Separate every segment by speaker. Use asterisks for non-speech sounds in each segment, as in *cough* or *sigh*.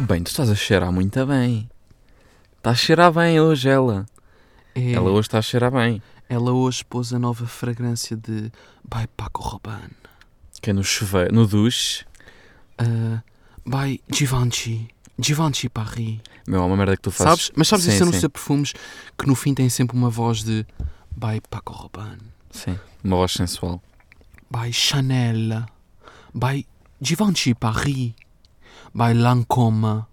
Speaker 1: Bem, tu estás a cheirar muito bem. Está a cheirar bem hoje ela.
Speaker 2: É,
Speaker 1: Ela hoje está a cheirar bem.
Speaker 2: ela hoje pôs a nova fragrância de By Paco Rabanne,
Speaker 1: Que é no chuveiro, no duche.
Speaker 2: ah, By Givenchy, Givenchy Paris.
Speaker 1: Meu, é uma merda que tu fazes.
Speaker 2: Sabes? Mas sabes
Speaker 1: Sim,
Speaker 2: esse
Speaker 1: sim.
Speaker 2: anúncio de perfumes que no fim tem sempre uma voz de By Paco Rabanne,
Speaker 1: Sim. Uma voz sensual.
Speaker 2: By Chanel, By Givenchy Paris, By Lancôme.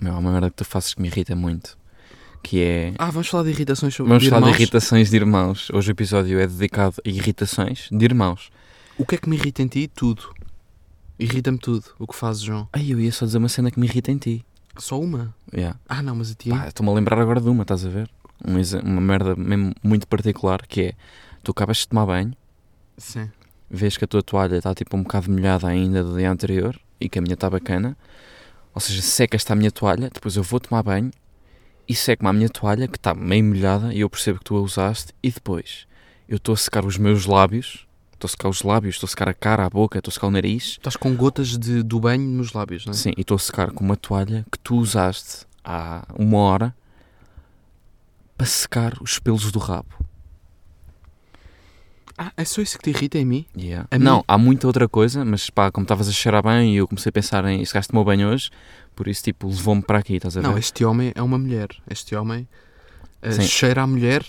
Speaker 1: Meu, é uma merda que tu fazes que me irrita muito. Que é.
Speaker 2: Ah, vamos falar de irritações sobre
Speaker 1: Vamos
Speaker 2: de
Speaker 1: falar de
Speaker 2: irmãos?
Speaker 1: irritações de irmãos. Hoje o episódio é dedicado a irritações de irmãos.
Speaker 2: O que é que me irrita em ti? Tudo. Irrita-me tudo o que fazes, João.
Speaker 1: Ai, eu ia só dizer uma cena que me irrita em ti.
Speaker 2: Só uma?
Speaker 1: Yeah.
Speaker 2: Ah, não, mas a ti.
Speaker 1: Pá, Estou-me a lembrar agora de uma, estás a ver? Um exe- uma merda mesmo muito particular que é. Tu acabas de tomar banho.
Speaker 2: Sim.
Speaker 1: vês que a tua toalha está tipo um bocado molhada ainda do dia anterior e que a minha está bacana, ou seja, secas-te a minha toalha, depois eu vou tomar banho e seco-me a minha toalha que está meio molhada e eu percebo que tu a usaste e depois eu estou a secar os meus lábios, estou a secar os lábios, estou a secar a cara, a boca, estou a secar o nariz,
Speaker 2: Estás com gotas de, do banho nos lábios, não é?
Speaker 1: sim, e estou a secar com uma toalha que tu usaste há uma hora para secar os pelos do rabo.
Speaker 2: Ah, é só isso que te irrita em mim?
Speaker 1: Yeah.
Speaker 2: A
Speaker 1: Não,
Speaker 2: mim-
Speaker 1: há muita outra coisa, mas pá, como estavas a cheirar bem e eu comecei a pensar em este gajo tomou banho hoje, por isso tipo levou-me para aqui, estás a ver?
Speaker 2: Não, este homem é uma mulher. Este homem eh,
Speaker 1: Sim.
Speaker 2: cheira a mulher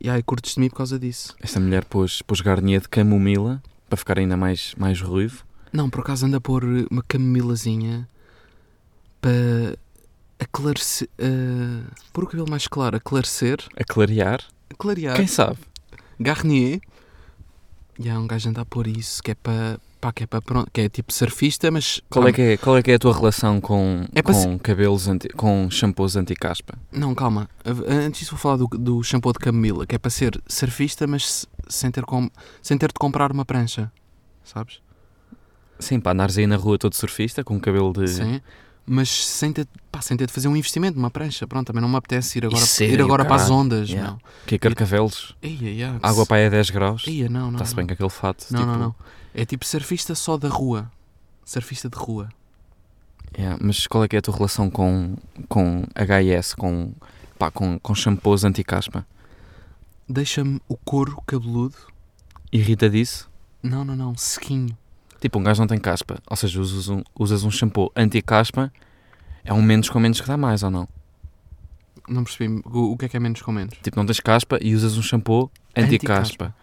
Speaker 2: e ai, curtes de mim por causa disso.
Speaker 1: Esta mulher pôs, pôs garnier de camomila para ficar ainda mais, mais ruivo.
Speaker 2: Não, por acaso anda a pôr eh, uma camilazinha para aclarecer. eh, pôr o cabelo mais claro, aclarecer,
Speaker 1: A clarear,
Speaker 2: clarear.
Speaker 1: quem sabe?
Speaker 2: Garnier. E há um gajo anda a pôr isso que é para. Pá, que é para pronto, que é tipo surfista, mas.
Speaker 1: Qual é que é, qual é, que é a tua relação com,
Speaker 2: É para
Speaker 1: com cabelos, anti, com shampoos anti-caspa?
Speaker 2: Não, calma. Antes disso vou falar do, do shampoo de camomila, que é para ser surfista, mas se- sem ter, com, sem ter de comprar uma prancha. Sabes?
Speaker 1: Sim, pá, andares aí na rua todo surfista, com um cabelo de...
Speaker 2: Sim. Mas sem ter, pá, sem ter de fazer um investimento numa prancha. Pronto, também não me apetece ir agora,
Speaker 1: sério,
Speaker 2: ir agora para as
Speaker 1: caralho?
Speaker 2: ondas,
Speaker 1: é Yeah.
Speaker 2: não.
Speaker 1: Que é carcavelos,
Speaker 2: Ia, ia,
Speaker 1: água para aí a 10 graus,
Speaker 2: Ia, não, não.
Speaker 1: está-se
Speaker 2: não.
Speaker 1: bem com aquele fato.
Speaker 2: Não,
Speaker 1: tipo,
Speaker 2: não, não. É tipo surfista só da rua. Surfista de rua.
Speaker 1: Yeah, mas qual é que é a tua relação com, com HS, com, pá, com, com shampoos anti-caspa?
Speaker 2: Deixa-me o couro cabeludo.
Speaker 1: Irrita disso?
Speaker 2: Não, não, não. Sequinho.
Speaker 1: Tipo, um gajo não tem caspa, ou seja, usas um, usas um shampoo anti-caspa, é um menos com menos que dá mais, ou não?
Speaker 2: Não percebi o, o que é que é menos com menos.
Speaker 1: Tipo, não tens caspa e usas um shampoo anti-caspa.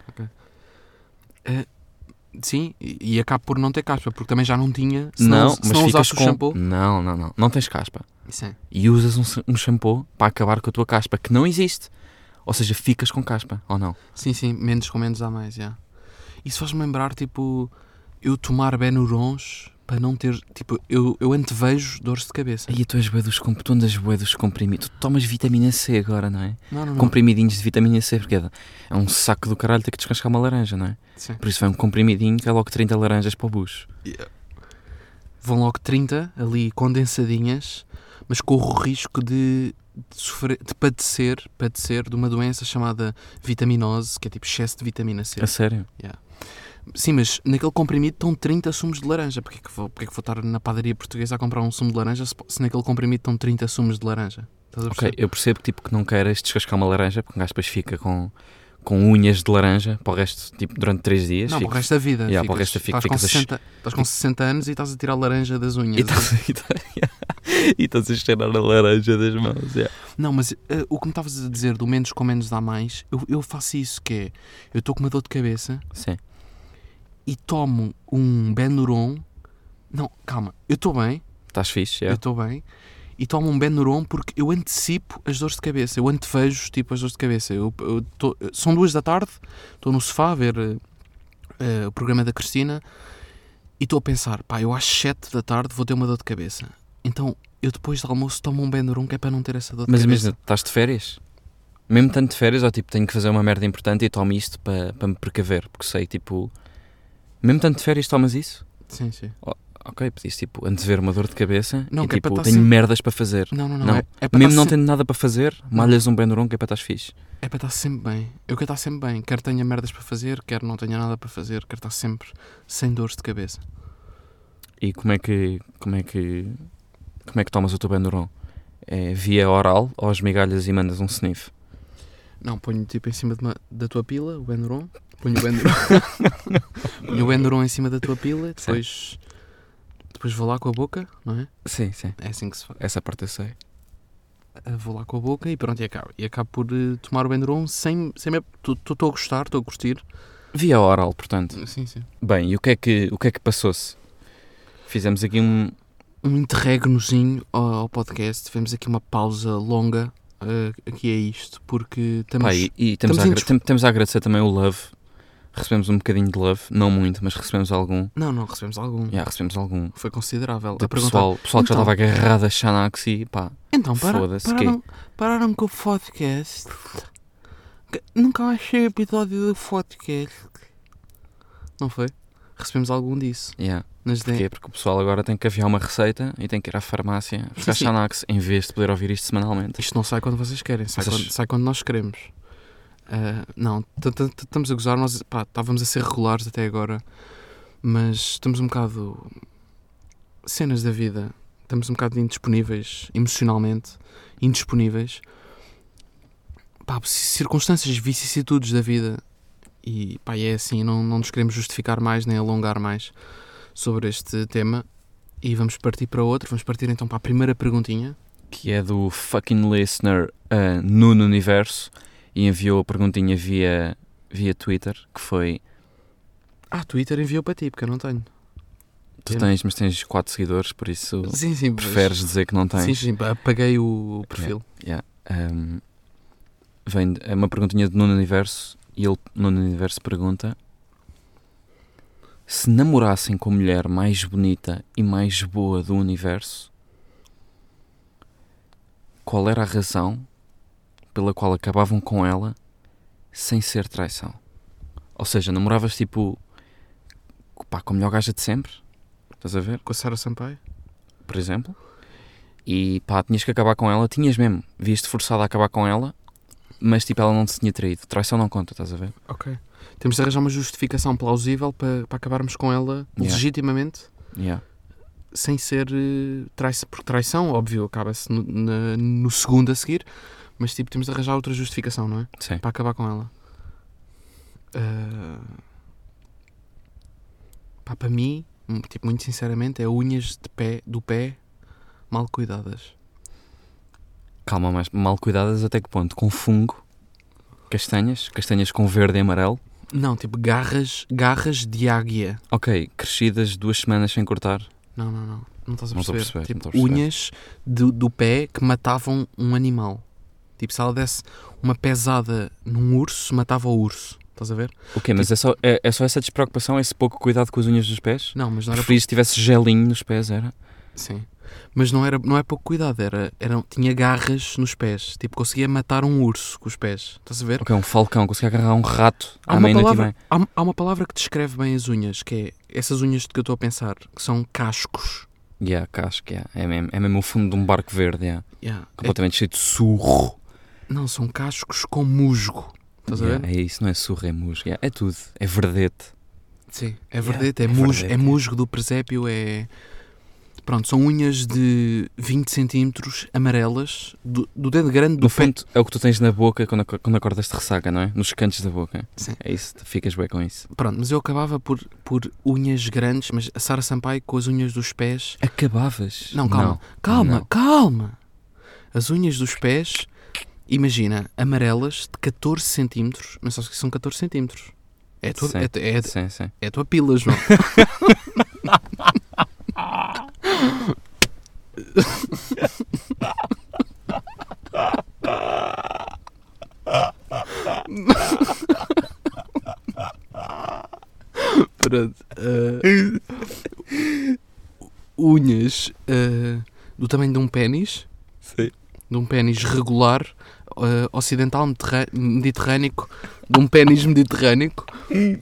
Speaker 2: Sim, e, e acabo por não ter caspa, porque também já não tinha. Se
Speaker 1: não,
Speaker 2: não, se
Speaker 1: mas
Speaker 2: não
Speaker 1: ficas
Speaker 2: usasse
Speaker 1: com...
Speaker 2: o shampoo.
Speaker 1: Não, não, não, não tens caspa.
Speaker 2: Sim.
Speaker 1: E usas um, s- um shampoo para acabar com a tua caspa, que não existe. Ou seja, ficas com caspa, ou não?
Speaker 2: sim, sim, menos com menos há mais, já. Isso faz-me lembrar, tipo, eu tomar Benurons para não ter. Tipo, eu, eu antevejo dores de cabeça.
Speaker 1: Aí tu és bué dos, comp- tu andas bué dos comprimidos. Tu tomas vitamina C agora, não é?
Speaker 2: Não, não, não.
Speaker 1: comprimidinhos de vitamina C, porque é é um saco do caralho ter que descascar uma laranja, não é?
Speaker 2: Sim.
Speaker 1: Por isso vai um comprimidinho que é logo 30 laranjas para o bucho.
Speaker 2: Vão logo 30 ali condensadinhas, mas corro o risco de, de sofrer, de padecer, padecer de uma doença chamada vitaminose, que é tipo excesso de vitamina C.
Speaker 1: A sério?
Speaker 2: Sim, mas naquele comprimido estão 30 sumos de laranja. Porquê que vou, porquê que vou estar na padaria portuguesa a comprar um sumo de laranja se, se naquele comprimido estão 30 sumos de laranja? Estás a
Speaker 1: Ok,
Speaker 2: perceber?
Speaker 1: eu percebo que, tipo, que não queiras descascar uma laranja, porque um gajo depois fica com, com unhas de laranja para o resto, tipo, durante 3 dias.
Speaker 2: Não, para o
Speaker 1: fica-
Speaker 2: resto da vida.
Speaker 1: Yeah, para o resto da vida
Speaker 2: estás, com
Speaker 1: ficas a
Speaker 2: 60, estás com 60 anos e estás a tirar laranja das unhas.
Speaker 1: E tá- estás- *laughs* e estás- e estás a cheirar a laranja das mãos. yeah.
Speaker 2: *laughs* Não, mas eh, o que me estavas a dizer do menos com menos dá mais, eu, eu faço isso que é, eu estou com uma dor de cabeça
Speaker 1: Sim.
Speaker 2: e tomo um Benuron. Não, calma, eu estou bem,
Speaker 1: Estás fixe,
Speaker 2: eu
Speaker 1: yeah.
Speaker 2: estou bem, e tomo um Benuron porque eu antecipo as dores de cabeça, eu antevejo tipo as dores de cabeça. Eu, eu tô- são duas da tarde, estou no sofá a ver eh, eh, o programa da Cristina e estou a pensar, pá, eu às sete da tarde vou ter uma dor de cabeça. Então eu depois de almoço tomo um Benuron que é para não ter essa dor de
Speaker 1: Mas
Speaker 2: cabeça.
Speaker 1: imagina, estás de férias? Mesmo tanto de férias, ou tipo, tenho que fazer uma merda importante e tomo isto para, para me precaver, porque sei, tipo. Mesmo tanto de férias, tomas isso?
Speaker 2: Sim, sim.
Speaker 1: Ok, pediste tipo antever uma dor de cabeça
Speaker 2: Não,
Speaker 1: e
Speaker 2: que é
Speaker 1: tipo
Speaker 2: para tá
Speaker 1: tenho
Speaker 2: sempre-
Speaker 1: merdas para fazer.
Speaker 2: Não, não, não.
Speaker 1: Não,
Speaker 2: é, é para
Speaker 1: Mesmo não
Speaker 2: estar
Speaker 1: tendo nada para fazer, malhas um Benuron que é para estás fixe.
Speaker 2: se- é para estar sempre bem. Eu quero estar sempre bem. Quero tenha merdas para fazer, quero não tenha nada para fazer, tá quero estar sempre sem dores de cabeça.
Speaker 1: E como é que. Como é que. Como é que tomas o teu Benuron? É via oral ou as migalhas e mandas um sniff?
Speaker 2: Não, ponho tipo em cima de uma- da tua pila, o Enduron. Ponho o Enduron. *laughs* ponho o Enduron em cima da tua pila, depois. Depois vou lá com a boca, não é?
Speaker 1: Sim, sim.
Speaker 2: É assim que se faz.
Speaker 1: Essa parte eu sei.
Speaker 2: Ah, Vou lá com a boca e pronto, e acabo. E acabo por eh, tomar o Enduron sem, sem mesmo. Estou a gostar, estou a curtir.
Speaker 1: Via oral, portanto.
Speaker 2: Sim, sim.
Speaker 1: Bem, e o que é que, o que, é que passou-se? Fizemos aqui um.
Speaker 2: um interregnozinho ao, ao podcast. Tivemos aqui uma pausa longa. eh, aqui é isto, porque estamos.
Speaker 1: Pá, e, e temos, a
Speaker 2: estamos em
Speaker 1: agra-
Speaker 2: des-
Speaker 1: tem- temos a agradecer também o love. Recebemos um bocadinho de love, não muito, mas recebemos algum.
Speaker 2: Não, não recebemos algum.
Speaker 1: Já, recebemos algum.
Speaker 2: Foi considerável.
Speaker 1: Do
Speaker 2: a perguntar.
Speaker 1: Tá pessoal, pessoal que já
Speaker 2: "Então."
Speaker 1: estava agarrado a Xanax e pá.
Speaker 2: Então, para,
Speaker 1: Foda-se,
Speaker 2: pararam, pararam com o podcast. Que- Nunca mais achei episódio do podcast. Não foi? Recebemos algum disso.
Speaker 1: Yeah.
Speaker 2: Nas DM.
Speaker 1: Porquê? Porque o pessoal agora tem que aviar uma receita e tem que ir à farmácia buscar
Speaker 2: sim.
Speaker 1: Xanax em vez de poder ouvir isto semanalmente.
Speaker 2: Isto não sai quando vocês querem, sai,
Speaker 1: Vocês-
Speaker 2: quando, sai quando nós queremos. Ah, não, t- t- t- estamos a gozar, nós pá, estávamos a ser regulares até agora, mas estamos um bocado. cenas da vida, estamos um bocado indisponíveis, emocionalmente, indisponíveis. Pá, circunstâncias, vicissitudes da vida, e pá, e é assim, não, não nos queremos justificar mais nem alongar mais sobre este tema. E vamos partir para outro, vamos partir então para a primeira perguntinha.
Speaker 1: que é do fucking listener ah, Nuno Universo e enviou a perguntinha via, via Twitter, que foi
Speaker 2: Ah, Twitter enviou para ti, porque eu não tenho.
Speaker 1: tu
Speaker 2: Eu-
Speaker 1: tens, mas tens 4 seguidores, por isso
Speaker 2: Sim, sim. mas-
Speaker 1: preferes dizer que não tens.
Speaker 2: Sim, sim, apaguei o perfil.
Speaker 1: Ahm, vem de- é uma perguntinha de Nuno Universo e ele Nuno Universo pergunta se namorassem com a mulher mais bonita e mais boa do universo, qual era a razão pela qual acabavam com ela sem ser traição? Ou seja, namoravas tipo pá, com a melhor gaja de sempre? Estás a ver?
Speaker 2: Com a Sara Sampaio?
Speaker 1: por exemplo, e pá, tinhas que acabar com ela, tinhas mesmo, vias-te forçado a acabar com ela, mas tipo, ela não te tinha traído. Traição não conta, estás a ver?
Speaker 2: Ok. Temos de arranjar uma justificação plausível para, para acabarmos com ela
Speaker 1: Yeah.
Speaker 2: legitimamente,
Speaker 1: Yeah.
Speaker 2: sem ser eh, traição. Porque traição, óbvio, acaba-se no, na- no segundo a seguir, mas tipo, temos de arranjar outra justificação, não é?
Speaker 1: Sim.
Speaker 2: Para acabar com ela. Ah, Pá, para mim, hum, tipo, muito sinceramente, é unhas de pé, do pé mal cuidadas.
Speaker 1: Calma, mas mal cuidadas até que ponto? Com fungo, castanhas, castanhas com verde e amarelo.
Speaker 2: Não, tipo, garras, garras de águia.
Speaker 1: Ok, crescidas duas semanas sem cortar.
Speaker 2: Não, não, não. Não estás a
Speaker 1: Não estou a
Speaker 2: perceber.
Speaker 1: perceber,
Speaker 2: tipo,
Speaker 1: não estou a perceber.
Speaker 2: unhas do, do pé que matavam um animal. Tipo, se ela desse uma pesada num urso, matava o urso. Estás a ver?
Speaker 1: Ok, mas é, só, é, é só essa despreocupação, esse pouco cuidado com as unhas dos pés?
Speaker 2: Não, mas não era.
Speaker 1: Preferias que tivesse gelinho nos pés, era?
Speaker 2: Sim. Mas não, era, não é pouco cuidado, era, era, tinha garras nos pés. Tipo, conseguia matar um urso com os pés. Estás a ver?
Speaker 1: Ok, um falcão, conseguia agarrar um rato à
Speaker 2: Há uma,
Speaker 1: meia-noite e
Speaker 2: palavra,
Speaker 1: meia.
Speaker 2: há, há uma palavra que descreve bem as unhas, que é essas unhas de que eu estou a pensar, que são cascos.
Speaker 1: Yeah, casco, yeah. É, mesmo, é mesmo o fundo de um barco verde, yeah.
Speaker 2: Yeah. É-
Speaker 1: completamente cheio de surro.
Speaker 2: não, são cascos com musgo. Estás a ver?
Speaker 1: Yeah, É isso, não é surra, é musgo. yeah, é tudo. É verdete.
Speaker 2: Sim, é
Speaker 1: Yeah,
Speaker 2: verdade,
Speaker 1: é
Speaker 2: é, musgo,
Speaker 1: verdade,
Speaker 2: é
Speaker 1: yeah.
Speaker 2: musgo do presépio, é. Pronto, são unhas de 20 cm amarelas do, do dedo grande do
Speaker 1: No
Speaker 2: pé.
Speaker 1: fundo, é o que tu tens na boca quando, ac- quando acordas de ressaca, não é? Nos cantos da boca.
Speaker 2: Sim.
Speaker 1: É isso, tu ficas bem com isso.
Speaker 2: Pronto, mas eu acabava por, por unhas grandes, mas a Sara Sampaio com as unhas dos pés.
Speaker 1: Acabavas.
Speaker 2: Não, calma, calma,
Speaker 1: não.
Speaker 2: calma! As unhas dos pés, imagina, amarelas de 14 cm, mas sabes que são 14 cm. É, tu,
Speaker 1: Sim.
Speaker 2: é, tu- é,
Speaker 1: Sim, sim.
Speaker 2: é a tua pila, João. Pronto. eh, unhas eh, do tamanho de um pênis, de um pênis regular, eh, ocidental, mediterrã- mediterrâneo, de um pênis mediterrâneo,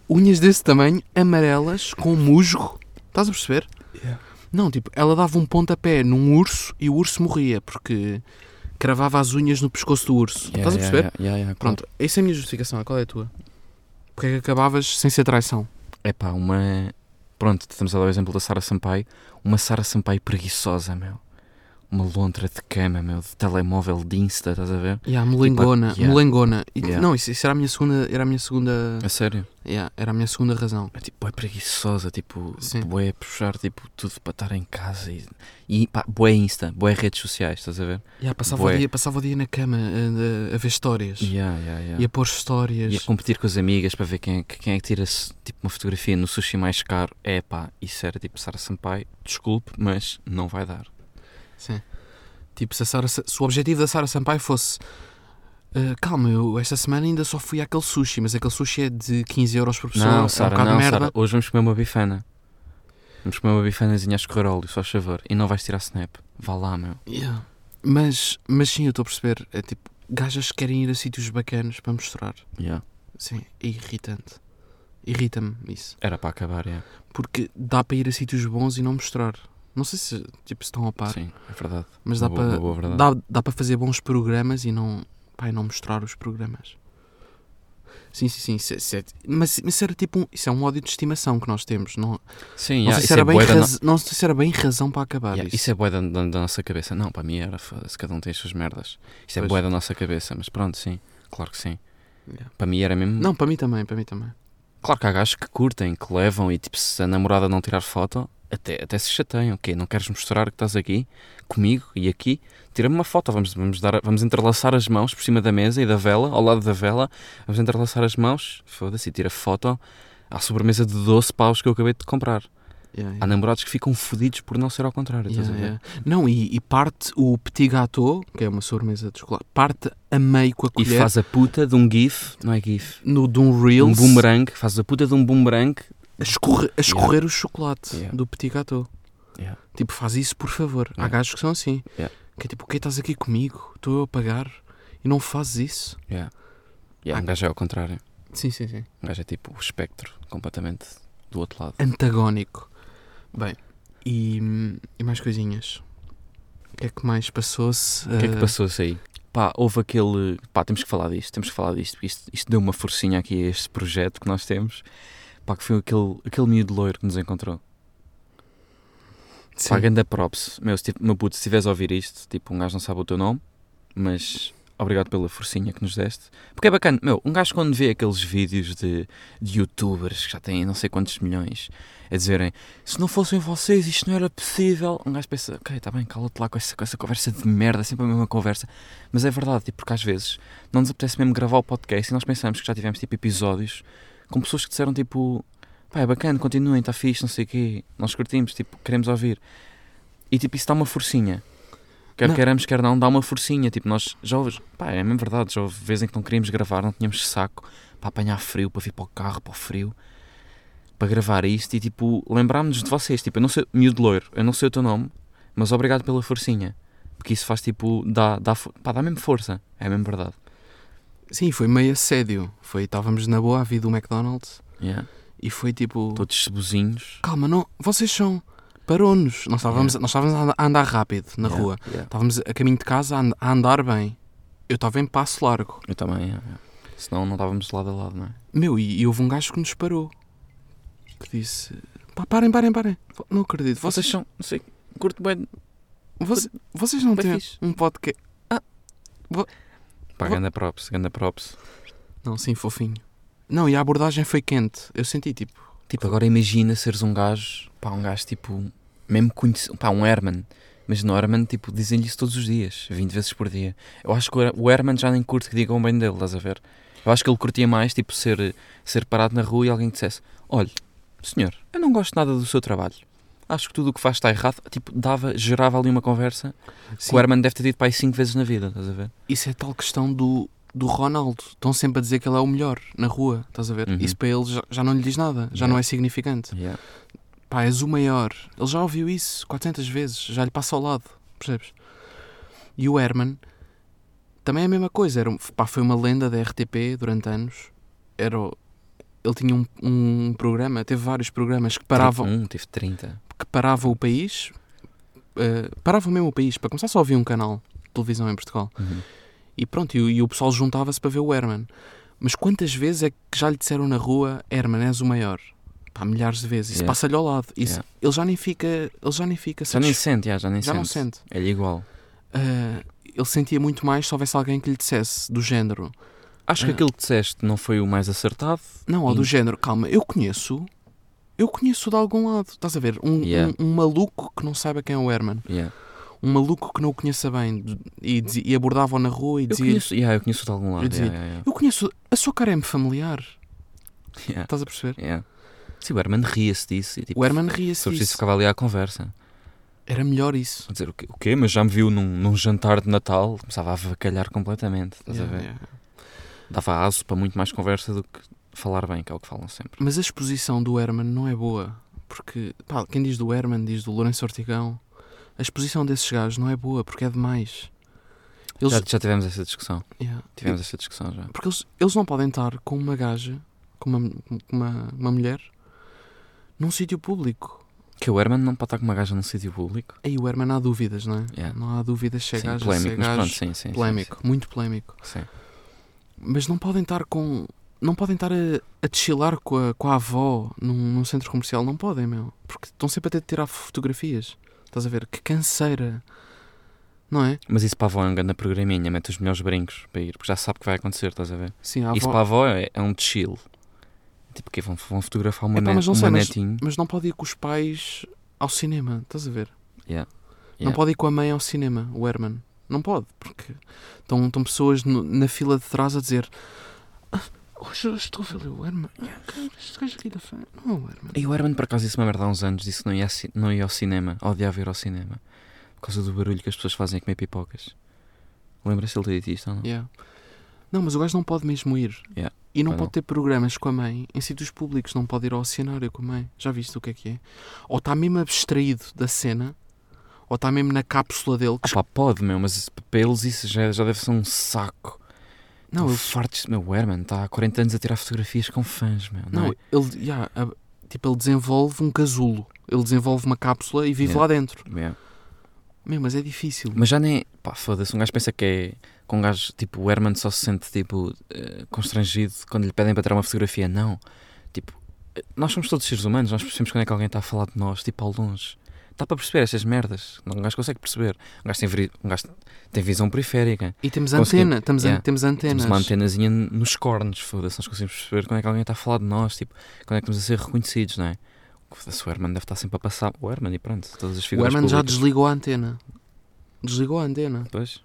Speaker 2: unhas desse tamanho, amarelas, com um musgo. Estás a perceber?
Speaker 1: Yeah.
Speaker 2: Não, tipo, ela dava um pontapé num urso e o urso morria, porque cravava as unhas no pescoço do urso.
Speaker 1: Yeah,
Speaker 2: Estás a
Speaker 1: yeah,
Speaker 2: perceber?
Speaker 1: yeah, yeah, yeah, claro.
Speaker 2: Pronto, essa é a minha justificação. Qual é a tua? Porque é que acabavas sem ser traição?
Speaker 1: É pá, uma. Pronto, estamos a dar o exemplo da Sara Sampaio. Uma Sara Sampaio preguiçosa, meu. uma lontra de cama, meu, de telemóvel, de Insta, estás a ver?
Speaker 2: Yeah, melengona,
Speaker 1: yeah.
Speaker 2: Tipo, melengona. E-
Speaker 1: Yeah.
Speaker 2: Não, isso, isso era a minha segunda, era a minha segunda,
Speaker 1: A sério?
Speaker 2: yeah, era a minha segunda razão.
Speaker 1: É tipo, é preguiçosa, tipo,
Speaker 2: Sim.
Speaker 1: bué puxar, tipo, tudo para estar em casa e, e pá, bué Insta, bué redes sociais, estás a ver?
Speaker 2: Yeah, passava, o
Speaker 1: Bué.
Speaker 2: dia, passava o dia na cama a, a- a ver histórias
Speaker 1: Yeah, yeah, yeah.
Speaker 2: e a pôr histórias.
Speaker 1: E a competir com as amigas para ver quem é, que- quem é que tira tipo, uma fotografia no sushi mais caro. É pá, isso era tipo Sara Sampaio, desculpe, mas não vai dar.
Speaker 2: Sim. Tipo, se, a Sara, Sa- se o objetivo da Sara Sampaio fosse "Ah, calma, eu esta semana ainda só fui àquele sushi, mas aquele sushi é de 15 euros por pessoa,
Speaker 1: não,
Speaker 2: é um
Speaker 1: Sara,
Speaker 2: bocado
Speaker 1: não,
Speaker 2: merda.
Speaker 1: Sara, hoje vamos comer uma bifana. Vamos comer uma bifanazinha a escorrer óleo, só a favor. E não vais tirar snap. Vá lá, meu.
Speaker 2: Yeah. Mas, mas sim, eu estou a perceber. É tipo, gajas que querem ir a sítios bacanas para mostrar.
Speaker 1: Yeah.
Speaker 2: Sim, é irritante. Irrita-me isso.
Speaker 1: Era para acabar, é.
Speaker 2: Porque dá para ir a sítios bons e não mostrar. Não sei se, tipo, se estão a par,
Speaker 1: Sim, é verdade.
Speaker 2: mas
Speaker 1: Uma
Speaker 2: dá
Speaker 1: boa- uma boa
Speaker 2: para
Speaker 1: verdade.
Speaker 2: dá, dá para fazer bons programas e não, pá, e não mostrar os programas. Sim, sim, sim. Isso é, isso é- mas mas isso era tipo um, isso é um ódio de estimação que nós temos. Não,
Speaker 1: Sim,
Speaker 2: não,
Speaker 1: yeah,
Speaker 2: sei, se
Speaker 1: isso,
Speaker 2: era
Speaker 1: é
Speaker 2: bem
Speaker 1: bué da no-
Speaker 2: raz- não sei se era bem razão para acabar
Speaker 1: yeah,
Speaker 2: isso.
Speaker 1: isso é bué da, da- da nossa cabeça. Não, para mim era foda-se, cada um tem as suas merdas. Isso é
Speaker 2: Pois.
Speaker 1: bué da nossa cabeça, mas pronto, sim. Claro que sim.
Speaker 2: Yeah.
Speaker 1: Para mim era mesmo
Speaker 2: Não, para mim também, para mim também.
Speaker 1: Claro que há gajos que curtem, que levam e tipo, se a namorada não tirar foto, até, até se chateiam. Ok, não queres mostrar que estás aqui comigo e aqui? Tira-me uma foto, vamos, vamos, dar, vamos entrelaçar as mãos por cima da mesa e da vela, ao lado da vela, vamos entrelaçar as mãos, foda-se, e tira foto à sobremesa de 12 paus que eu acabei de comprar.
Speaker 2: Yeah, yeah.
Speaker 1: Há namorados que ficam fodidos por não ser ao contrário, estás
Speaker 2: Yeah,
Speaker 1: a ver?
Speaker 2: yeah. Não, e, e parte o petit gâteau, que é uma sobremesa de chocolate, parte a meio com a
Speaker 1: E
Speaker 2: colher
Speaker 1: faz a puta de um gif, não é gif,
Speaker 2: no, de um
Speaker 1: de um
Speaker 2: reels
Speaker 1: boomerang, faz a puta de um boomerang.
Speaker 2: a, escorre- a escorrer o chocolate
Speaker 1: Yeah.
Speaker 2: do petit gâteau.
Speaker 1: Yeah.
Speaker 2: Tipo, faz isso por favor. Há
Speaker 1: Yeah.
Speaker 2: gajos que são assim.
Speaker 1: Yeah.
Speaker 2: Que é tipo, o que estás aqui comigo? Estou eu a pagar e não fazes isso?
Speaker 1: Yeah. Yeah,
Speaker 2: Ah.
Speaker 1: um gajo é ao contrário.
Speaker 2: Sim, sim, sim.
Speaker 1: Um gajo é tipo o espectro completamente do outro lado.
Speaker 2: Antagónico. Bem, e, e mais coisinhas. O que é que mais passou-se? eh,
Speaker 1: O que é que passou-se aí? Pá, houve aquele. Pá, temos que falar disto, temos que falar disto, porque isto, isto deu uma forcinha aqui a este projeto que nós temos. Pá, que foi aquele, aquele miúdo loiro que nos encontrou. Pá, ganda props. Meu, se, tiv- meu puto, se estiveres a ouvir isto, tipo, um gajo não sabe o teu nome, mas obrigado pela forcinha que nos deste. Porque é bacana, meu, um gajo quando vê aqueles vídeos de, de youtubers que já têm não sei quantos milhões a dizerem se não fossem vocês isto não era possível, um gajo pensa, ok, está bem, cala-te lá com essa, com essa conversa de merda, é sempre a mesma conversa. Mas é verdade, tipo, porque às vezes não nos apetece mesmo gravar o podcast e nós pensamos que já tivemos tipo episódios com pessoas que disseram tipo pá, é bacana, continuem, está fixe, não sei o quê, nós curtimos, tipo, queremos ouvir. E tipo, isso dá uma forcinha. Quer
Speaker 2: Não.
Speaker 1: queramos, quer não, dá uma forcinha. Tipo, nós já houve, pá, é mesmo verdade, já houve vezes em que não queríamos gravar, não tínhamos saco para apanhar frio, para vir para o carro, para o frio, para gravar isto e tipo, lembrámos-nos de vocês. Tipo, eu não sei, miúdo loiro, eu não sei o teu nome, mas obrigado pela forcinha. Porque isso faz tipo, dá, dá, fo- pá, dá mesmo força, é mesmo verdade.
Speaker 2: Sim, foi meio assédio. Foi, estávamos na boa à vida do McDonald's
Speaker 1: Yeah.
Speaker 2: e foi tipo.
Speaker 1: Todos cebozinhos.
Speaker 2: Calma, não, vocês são. Parou-nos. Nós estávamos, nós estávamos a andar- a andar rápido na
Speaker 1: Yeah,
Speaker 2: rua.
Speaker 1: yeah.
Speaker 2: Estávamos a caminho de casa a, and- a andar bem. Eu estava em passo largo.
Speaker 1: Eu também, yeah, yeah. senão não estávamos lado a lado, não é?
Speaker 2: Meu, e, e houve um gajo que nos parou. Que disse: pá, parem, parem, parem. Vo- Não acredito.
Speaker 1: Vocês
Speaker 2: Vocês,
Speaker 1: são, não sei, curto bem.
Speaker 2: vocês, vocês não
Speaker 1: bem
Speaker 2: têm
Speaker 1: fixe.
Speaker 2: um podcast.
Speaker 1: Pá,
Speaker 2: Vo-
Speaker 1: ganda props, ganda props.
Speaker 2: Não, sim, fofinho. Não, e a abordagem foi quente. Eu senti tipo.
Speaker 1: Tipo, agora imagina seres um gajo, pá, um gajo tipo, mesmo conhecido, pá, um Herman. Mas no Herman, tipo, dizem-lhe isso todos os dias, 20 vezes por dia. Eu acho que o Her- o Herman já nem curte que digam bem dele, estás a ver? Eu acho que ele curtia mais, tipo, ser, ser parado na rua e alguém que dissesse: Olha, senhor, eu não gosto nada do seu trabalho. Acho que tudo o que faz está errado. Tipo, dava, gerava ali uma conversa que
Speaker 2: sim,
Speaker 1: o Herman deve ter tido, pá, aí 5 vezes na vida, estás a ver?
Speaker 2: Isso é tal questão do, do Ronaldo. Estão sempre a dizer que ele é o melhor na rua. Estás a ver?
Speaker 1: Uhum.
Speaker 2: Isso para ele já, já não lhe diz nada. Já
Speaker 1: Yeah.
Speaker 2: não é significante.
Speaker 1: Yeah.
Speaker 2: pá, és o maior. Ele já ouviu isso 400 vezes, já lhe passa ao lado, percebes? E o Herman também é a mesma coisa, era, um- pá, foi uma lenda da RTP durante anos. Era, o- ele tinha um, um programa, teve vários programas que paravam,
Speaker 1: Um, tive 30.
Speaker 2: que paravam o país, eh, paravam mesmo o país, para começar só havia um canal de televisão em Portugal.
Speaker 1: Uhum.
Speaker 2: E pronto, e, o- e o pessoal juntava-se para ver o Herman. Mas quantas vezes é que já lhe disseram na rua, Herman, és o maior? pá, milhares de vezes. Isso
Speaker 1: Yeah.
Speaker 2: passa-lhe ao lado. Isso,
Speaker 1: Yeah.
Speaker 2: Ele já nem fica. Ele já nem fica.
Speaker 1: Já nem
Speaker 2: satisfe-
Speaker 1: sente, já, já nem
Speaker 2: já
Speaker 1: sente.
Speaker 2: não sente.
Speaker 1: É-lhe igual.
Speaker 2: Ah, ele sentia muito mais se houvesse alguém que lhe dissesse do género.
Speaker 1: Acho que
Speaker 2: Ah.
Speaker 1: aquilo que disseste não foi o mais acertado.
Speaker 2: Não, ou do
Speaker 1: Hum.
Speaker 2: género, calma, eu conheço. Eu conheço de algum lado. Estás a ver? Um,
Speaker 1: Yeah.
Speaker 2: um- um maluco que não saiba quem é o Herman.
Speaker 1: Yeah.
Speaker 2: Um maluco que não o conheça bem de- e, dizia- e abordavam na rua e
Speaker 1: Eu,
Speaker 2: dizia
Speaker 1: conheço, yeah, eu conheço de algum lado.
Speaker 2: Eu dizia-
Speaker 1: yeah, yeah,
Speaker 2: Eu conheço. A sua cara é-me familiar.
Speaker 1: yeah.
Speaker 2: Estás a perceber?
Speaker 1: Yeah. Sim, o Herman ria-se disso. E, tipo,
Speaker 2: O Herman ria-se
Speaker 1: sobre isso
Speaker 2: disso.
Speaker 1: ficava ali à conversa.
Speaker 2: Era melhor isso.
Speaker 1: A dizer o quê? O quê? Mas já me viu num, num jantar de Natal. Começava a avacalhar completamente. Estás
Speaker 2: Yeah,
Speaker 1: a ver?
Speaker 2: yeah.
Speaker 1: Dava aso para muito mais conversa do que falar bem, que é o que falam sempre.
Speaker 2: Mas a exposição do Herman não é boa. Porque, pá, quem diz do Herman diz do Lourenço Ortigão. A exposição desses gajos não é boa porque é demais. Eles,
Speaker 1: Já, já tivemos essa discussão.
Speaker 2: Yeah.
Speaker 1: Tivemos essa discussão já.
Speaker 2: Porque eles, eles não podem estar com uma gaja, com uma, com uma, uma mulher, num sítio público.
Speaker 1: Que o Herman não pode estar com uma gaja num sítio público.
Speaker 2: Aí o Herman há dúvidas, não é?
Speaker 1: Yeah.
Speaker 2: Não há dúvidas se é
Speaker 1: Sim,
Speaker 2: gaja, se é
Speaker 1: polémico, mas
Speaker 2: gajo.
Speaker 1: pronto, sim, sim. sim,
Speaker 2: polémico, muito polémico.
Speaker 1: Sim. sim.
Speaker 2: mas não podem estar com. Não podem estar a, a chilar com a, com a avó num, num centro comercial, não podem, meu. Porque estão sempre a ter de tirar fotografias. Estás a ver? Que canseira. Não é?
Speaker 1: Mas isso para a avó é um grande programinha, mete os melhores brincos para ir, porque já sabe o que vai acontecer, estás a ver?
Speaker 2: Sim, a
Speaker 1: Isso
Speaker 2: avó.
Speaker 1: para a avó é, é um chill. Tipo, que vão, vão fotografar uma,
Speaker 2: Epá,
Speaker 1: net,
Speaker 2: mas não sei,
Speaker 1: uma
Speaker 2: mas-
Speaker 1: netinho.
Speaker 2: Mas não pode ir com os pais ao cinema, estás a ver?
Speaker 1: Yeah.
Speaker 2: Não
Speaker 1: Yeah.
Speaker 2: pode ir com a mãe ao cinema, o Herman. Não pode, porque estão, estão pessoas no- na fila de trás a dizer. "Ah, Hoje eu estou a ver o Herman. "Ah, Este gajo aqui da fã. Não é o Herman.
Speaker 1: E o Herman, por acaso, disse uma merda há uns anos, disse que não ia, ao ci- não ia ao cinema, odiava ir ao cinema, por causa do barulho que as pessoas fazem a comer pipocas. Lembra-se ele ter dito isto ou não?
Speaker 2: Yeah. Não, mas o gajo não pode mesmo ir.
Speaker 1: Yeah.
Speaker 2: E não
Speaker 1: Pois
Speaker 2: pode
Speaker 1: não.
Speaker 2: ter programas com a mãe em sítios públicos, não pode ir ao cenário com a mãe. Já viste o que é que é? Ou está mesmo abstraído da cena, ou está mesmo na cápsula dele.
Speaker 1: Ah
Speaker 2: que-
Speaker 1: pá, pode, meu, mas isso- para eles isso já, já deve ser um saco.
Speaker 2: não,
Speaker 1: Não, eu
Speaker 2: ele,
Speaker 1: farto disto, meu, o Herman está há 40 anos a tirar fotografias com fãs, meu. Não,
Speaker 2: não,
Speaker 1: é?
Speaker 2: ele, yeah, a- tipo, ele desenvolve um casulo, ele desenvolve uma cápsula e vive
Speaker 1: Yeah.
Speaker 2: lá dentro.
Speaker 1: Meu.
Speaker 2: Meu, mas é difícil.
Speaker 1: Mas já nem. Pá, foda-se. Um gajo pensa que é. Com um gajo tipo o Herman só se sente tipo eh, constrangido quando lhe pedem para tirar uma fotografia. Não. Tipo, eh, nós somos todos seres humanos, nós percebemos quando é que alguém está a falar de nós, tipo ao longe. Está para perceber estas merdas. Um gajo consegue perceber. Um gajo tem, veri- um gajo tem visão periférica.
Speaker 2: E temos
Speaker 1: Conseguimos.
Speaker 2: antena, temos, an-
Speaker 1: Yeah.
Speaker 2: temos antenas.
Speaker 1: Temos uma antenazinha nos cornos, foda-se. Nós conseguimos perceber quando é que alguém está a falar de nós, tipo, quando é que estamos a ser reconhecidos, não é? Foda-se, O Herman deve estar sempre a passar. O Herman e pronto, todas as
Speaker 2: o
Speaker 1: figuras.
Speaker 2: Herman já
Speaker 1: públicas.
Speaker 2: desligou a antena. Desligou a antena.
Speaker 1: Pois.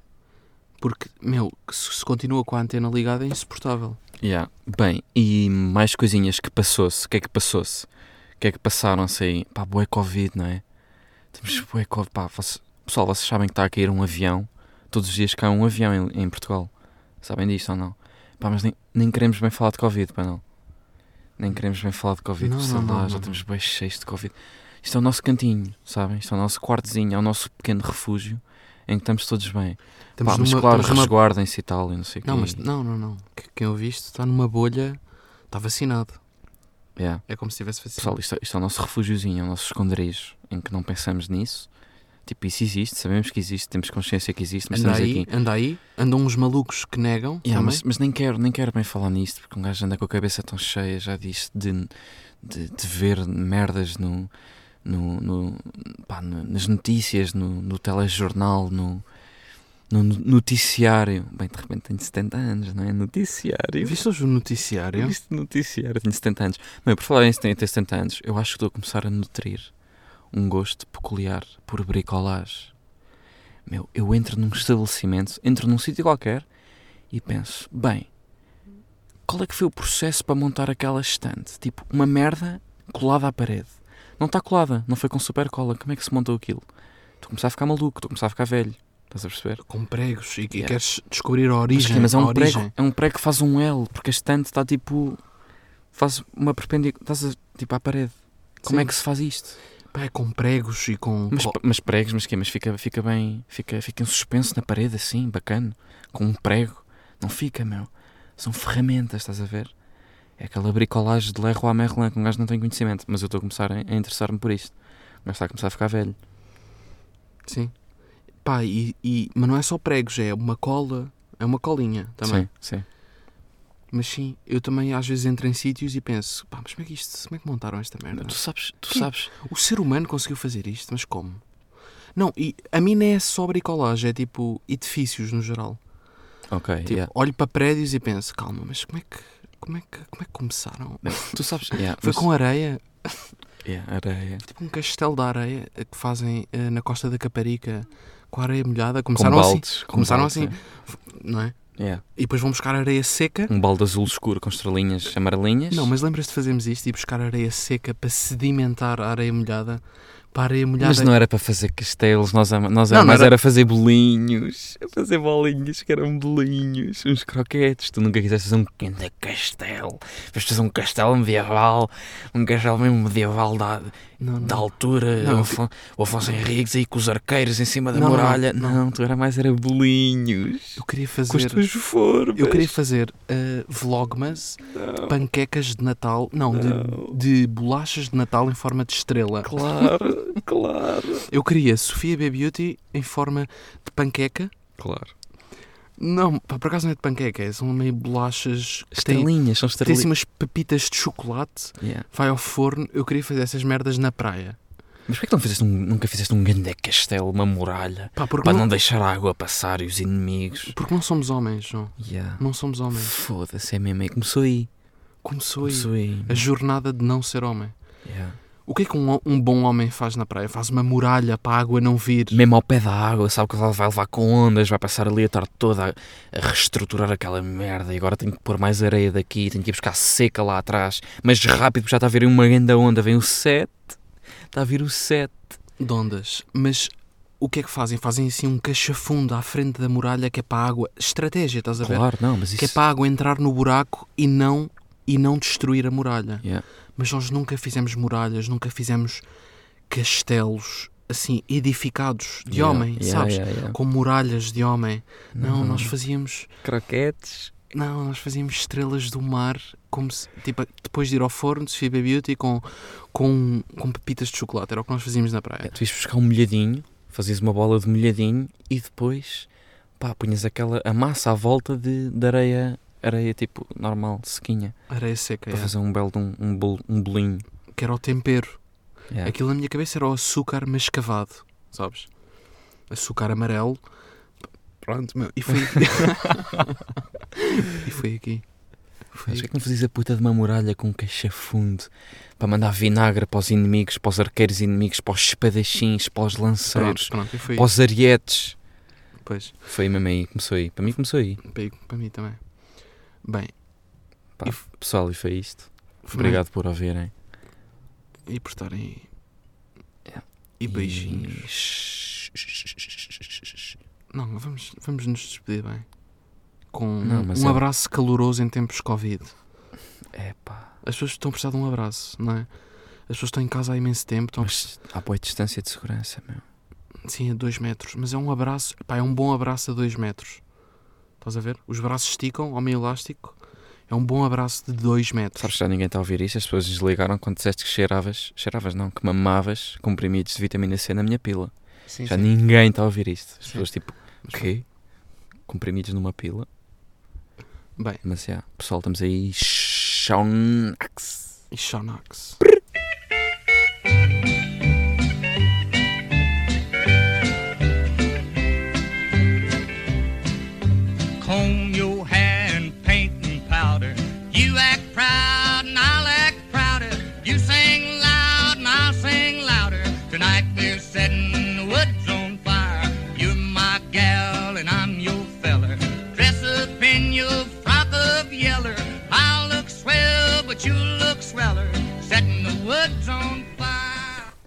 Speaker 2: Porque, meu, se se continua com a antena ligada é insuportável.
Speaker 1: Yeah. Bem, e mais coisinhas que passou-se. O que é que passou-se? O que é que passaram-se aí? Pá, bué Covid, não é? Temos
Speaker 2: Hum.
Speaker 1: bué Covid. Pá, voce- pessoal, vocês sabem que está a cair um avião. Todos os dias cai um avião em, em Portugal. Sabem disto ou não? Pá, mas nem, nem queremos bem falar de Covid, pá, não. Nem queremos bem falar de Covid.
Speaker 2: Não,
Speaker 1: sei lá,
Speaker 2: não, não,
Speaker 1: já
Speaker 2: não.
Speaker 1: estamos bem cheios de Covid. Isto é o nosso cantinho, sabem? Isto é o nosso quartozinho, é o nosso pequeno refúgio em que estamos todos bem.
Speaker 2: Estamos
Speaker 1: pá, mas
Speaker 2: numa-
Speaker 1: claro,
Speaker 2: estamos numa-
Speaker 1: resguardem-se e tal, e não sei o
Speaker 2: Não,
Speaker 1: quê.
Speaker 2: mas não, não, não. Que- Quem eu visto está numa bolha, está vacinado.
Speaker 1: Yeah.
Speaker 2: É como se tivesse vacinado.
Speaker 1: Pessoal, isto, é- isto é o nosso refúgiozinho, é o nosso esconderijo em que não pensamos nisso. Tipo, isso existe, sabemos que existe, temos consciência que existe, mas
Speaker 2: anda
Speaker 1: estamos
Speaker 2: aí,
Speaker 1: aqui.
Speaker 2: anda aí, andam uns malucos que negam.
Speaker 1: Yeah,
Speaker 2: também.
Speaker 1: mas, mas nem quero, nem quero bem falar nisto, porque um gajo anda com a cabeça tão cheia, já disse, de, de, de ver merdas no, no, no- pá, no- nas notícias, no, no telejornal, no, no noticiário. Bem, de repente tenho 70 anos, não é? Noticiário.
Speaker 2: Viste hoje o noticiário?
Speaker 1: Isto no noticiário. Tenho 70 anos. Bem, por falar em 70 70 anos, eu acho que estou a começar a nutrir um gosto peculiar por bricolage. Meu, eu entro num estabelecimento, entro num sítio qualquer e penso, bem, qual é que foi o processo para montar aquela estante? Tipo, uma merda colada à parede. Não está colada, não foi com super cola. Como é que se montou aquilo? Estou a começar a ficar maluco, estou a começar a ficar velho. Estás a perceber?
Speaker 2: Com pregos e, e
Speaker 1: Yeah.
Speaker 2: queres descobrir a
Speaker 1: Mas,
Speaker 2: origem.
Speaker 1: sim, mas é
Speaker 2: a
Speaker 1: um,
Speaker 2: origem.
Speaker 1: prego, é um prego que faz um L, porque a estante está tipo. Faz uma perpendicular. Estás a- tipo à parede. Como
Speaker 2: Sim. Um
Speaker 1: é que se faz isto?
Speaker 2: Pá, é com pregos e com.
Speaker 1: Mas,
Speaker 2: com-
Speaker 1: mas pregos, mas quê? Mas fica, fica bem. Fica, fica em suspenso na parede assim, bacana. Com um prego. Não fica, meu. São ferramentas, estás a ver? É aquela bricolagem de Leroy Merlin que um gajo não tem conhecimento. Mas eu estou a começar a, a interessar-me por isto. Um gajo está a começar a ficar velho.
Speaker 2: Sim. Pá, e, e- Mas não é só pregos, é uma cola. É uma colinha também.
Speaker 1: Sim, sim.
Speaker 2: Mas sim, eu também às vezes entro em sítios e penso, pá, mas como é que isto, como é que montaram esta merda?
Speaker 1: Tu sabes, tu
Speaker 2: Quem-
Speaker 1: sabes.
Speaker 2: O ser humano conseguiu fazer isto, mas como? Não, e a mim não é só bricolagem, é tipo edifícios no geral.
Speaker 1: Ok,
Speaker 2: Tipo,
Speaker 1: yeah.
Speaker 2: olho para prédios e penso, calma, mas como é que, como é que, como é que começaram?
Speaker 1: tu sabes. Yeah,
Speaker 2: Foi
Speaker 1: mas-
Speaker 2: com areia,
Speaker 1: yeah, areia.
Speaker 2: tipo um castelo de areia eh, que fazem eh, na costa da Caparica com a areia molhada. Começaram
Speaker 1: com
Speaker 2: assim,
Speaker 1: baldes, com
Speaker 2: começaram
Speaker 1: baldes,
Speaker 2: assim,
Speaker 1: é.
Speaker 2: não é?
Speaker 1: Yeah.
Speaker 2: E depois vão buscar areia seca.
Speaker 1: Um balde azul escuro com estrelinhas amarelinhas.
Speaker 2: Não, mas lembras-te de fazermos isto e buscar areia seca para sedimentar a areia molhada? Para a areia molhada.
Speaker 1: Mas não é era para fazer castelos, nós, ama- nós
Speaker 2: Não, não
Speaker 1: mas
Speaker 2: era-
Speaker 1: era... fazer bolinhos, fazer bolinhas que eram bolinhos, uns croquetes. Tu nunca quiseste fazer um grande castelo, vais fazer um castelo medieval, um castelo mesmo medieval da,
Speaker 2: Não,
Speaker 1: da
Speaker 2: não.
Speaker 1: altura,
Speaker 2: Não,
Speaker 1: o,
Speaker 2: eu-
Speaker 1: Afon, o Afonso Henriques aí com os arqueiros em cima da
Speaker 2: Não, não,
Speaker 1: muralha.
Speaker 2: não.
Speaker 1: Não, tu era mais era bolinhos,
Speaker 2: Eu queria
Speaker 1: com as
Speaker 2: fazer.
Speaker 1: tuas formas.
Speaker 2: Eu queria *laughs* fazer eh, vlogmas de
Speaker 1: Não.
Speaker 2: panquecas de Natal. Não, de-
Speaker 1: Não.
Speaker 2: De, bolachas de Natal em forma de estrela.
Speaker 1: Claro, claro.
Speaker 2: Eu queria Sofia B. Beauty em forma de panqueca.
Speaker 1: Claro.
Speaker 2: Não, pá, por acaso não é de panqueca, é- são meio bolachas que têm,
Speaker 1: Estrelinhas, são
Speaker 2: têm assim
Speaker 1: estrelinhas.
Speaker 2: umas pepitas de chocolate,
Speaker 1: Yeah.
Speaker 2: vai ao forno. Eu queria fazer essas merdas na praia.
Speaker 1: Mas porquê que não fizeste um- nunca fizeste um grande castelo, uma muralha?
Speaker 2: Pá, porque,
Speaker 1: Para
Speaker 2: não,
Speaker 1: não deixar a água passar e os inimigos.
Speaker 2: porque não somos homens, João.
Speaker 1: Yeah.
Speaker 2: Não somos homens.
Speaker 1: Foda-se, é mesmo. aí. Começou aí.
Speaker 2: Começou aí
Speaker 1: Começou aí.
Speaker 2: a jornada de não ser homem.
Speaker 1: Yeah.
Speaker 2: O que é que um, um bom homem faz na praia? Faz uma muralha para a água não vir.
Speaker 1: Mesmo ao pé da água, sabe que ela vai levar com ondas, vai passar ali a tarde toda a, a reestruturar aquela merda. E agora tenho que pôr mais areia daqui, tenho que ir buscar seca lá atrás. Mas rápido, porque já está a vir uma grande onda. Vem o 7. Está a vir o 7.
Speaker 2: De ondas. Mas o que é que fazem? Fazem assim um cachafundo à frente da muralha que é para a água. Estratégia, estás a ver?
Speaker 1: Claro, não, mas isso.
Speaker 2: Que é para a água entrar no buraco e não, e não destruir a muralha.
Speaker 1: Yeah.
Speaker 2: Mas nós nunca fizemos muralhas, nunca fizemos castelos assim, edificados de
Speaker 1: Yeah,
Speaker 2: homem,
Speaker 1: yeah, Uhum.
Speaker 2: sabes?
Speaker 1: yeah, yeah.
Speaker 2: Com muralhas de homem. Não,
Speaker 1: Não.
Speaker 2: nós fazíamos.
Speaker 1: Croquetes.
Speaker 2: Não, nós fazíamos estrelas do mar, como se, tipo, depois de ir ao forno, Sofia Baby Beauty com, com, com pepitas de chocolate. Era o que nós fazíamos na
Speaker 1: É,
Speaker 2: praia.
Speaker 1: tu ias buscar um molhadinho, fazias uma bola de molhadinho e depois pá, punhas aquela a massa à volta de, de areia, areia tipo normal, sequinha,
Speaker 2: Areia seca,
Speaker 1: para
Speaker 2: é.
Speaker 1: fazer um belo de um, um, bol- um bolinho.
Speaker 2: que era o tempero.
Speaker 1: Yeah.
Speaker 2: Aquilo na minha cabeça era o açúcar mascavado, sabes? Açúcar amarelo. P- Pronto, meu. E foi.
Speaker 1: *laughs*
Speaker 2: e foi aqui. Foi
Speaker 1: Mas porquê
Speaker 2: aqui.
Speaker 1: que não fazias a puta de uma muralha com um cachafundo para mandar vinagre para os inimigos, para os arqueiros inimigos, para os espadachins, para os
Speaker 2: Pronto,
Speaker 1: lanceiros,
Speaker 2: pronto, e foi.
Speaker 1: para os arietes.
Speaker 2: Pois,
Speaker 1: Foi mesmo aí, começou aí. Para mim começou aí.
Speaker 2: para, para mim também. Bem,
Speaker 1: Pá,
Speaker 2: E f-
Speaker 1: pessoal, e foi isto.
Speaker 2: foi
Speaker 1: Obrigado por ouvirem.
Speaker 2: E por estarem.
Speaker 1: É.
Speaker 2: E beijinhos.
Speaker 1: E-
Speaker 2: Não, vamos, vamos nos despedir bem. Com
Speaker 1: Não, mas
Speaker 2: um
Speaker 1: é-
Speaker 2: abraço caloroso em tempos de Covid.
Speaker 1: É pá.
Speaker 2: As pessoas estão a precisar de um abraço, não é? As pessoas estão em casa há imenso tempo, estão a
Speaker 1: Mas há boa distância de segurança, meu.
Speaker 2: Sim, a 2 metros. Mas é um abraço. Pá, é um bom abraço a 2 metros. Estás a ver? Os braços esticam ao meio elástico. É um bom abraço de 2 metros.
Speaker 1: Sabes que já ninguém está a ouvir isto? As pessoas desligaram quando disseste que cheiravas, cheiravas não, que mamavas comprimidos de vitamina C na minha pila.
Speaker 2: Sim,
Speaker 1: já
Speaker 2: sim.
Speaker 1: ninguém está a ouvir isto. As
Speaker 2: Sim.
Speaker 1: pessoas tipo,
Speaker 2: Mas
Speaker 1: quê? Comprimidos numa pila?
Speaker 2: Bem,
Speaker 1: Mas já, pessoal, estamos aí. Shaunax.
Speaker 2: e Xanax.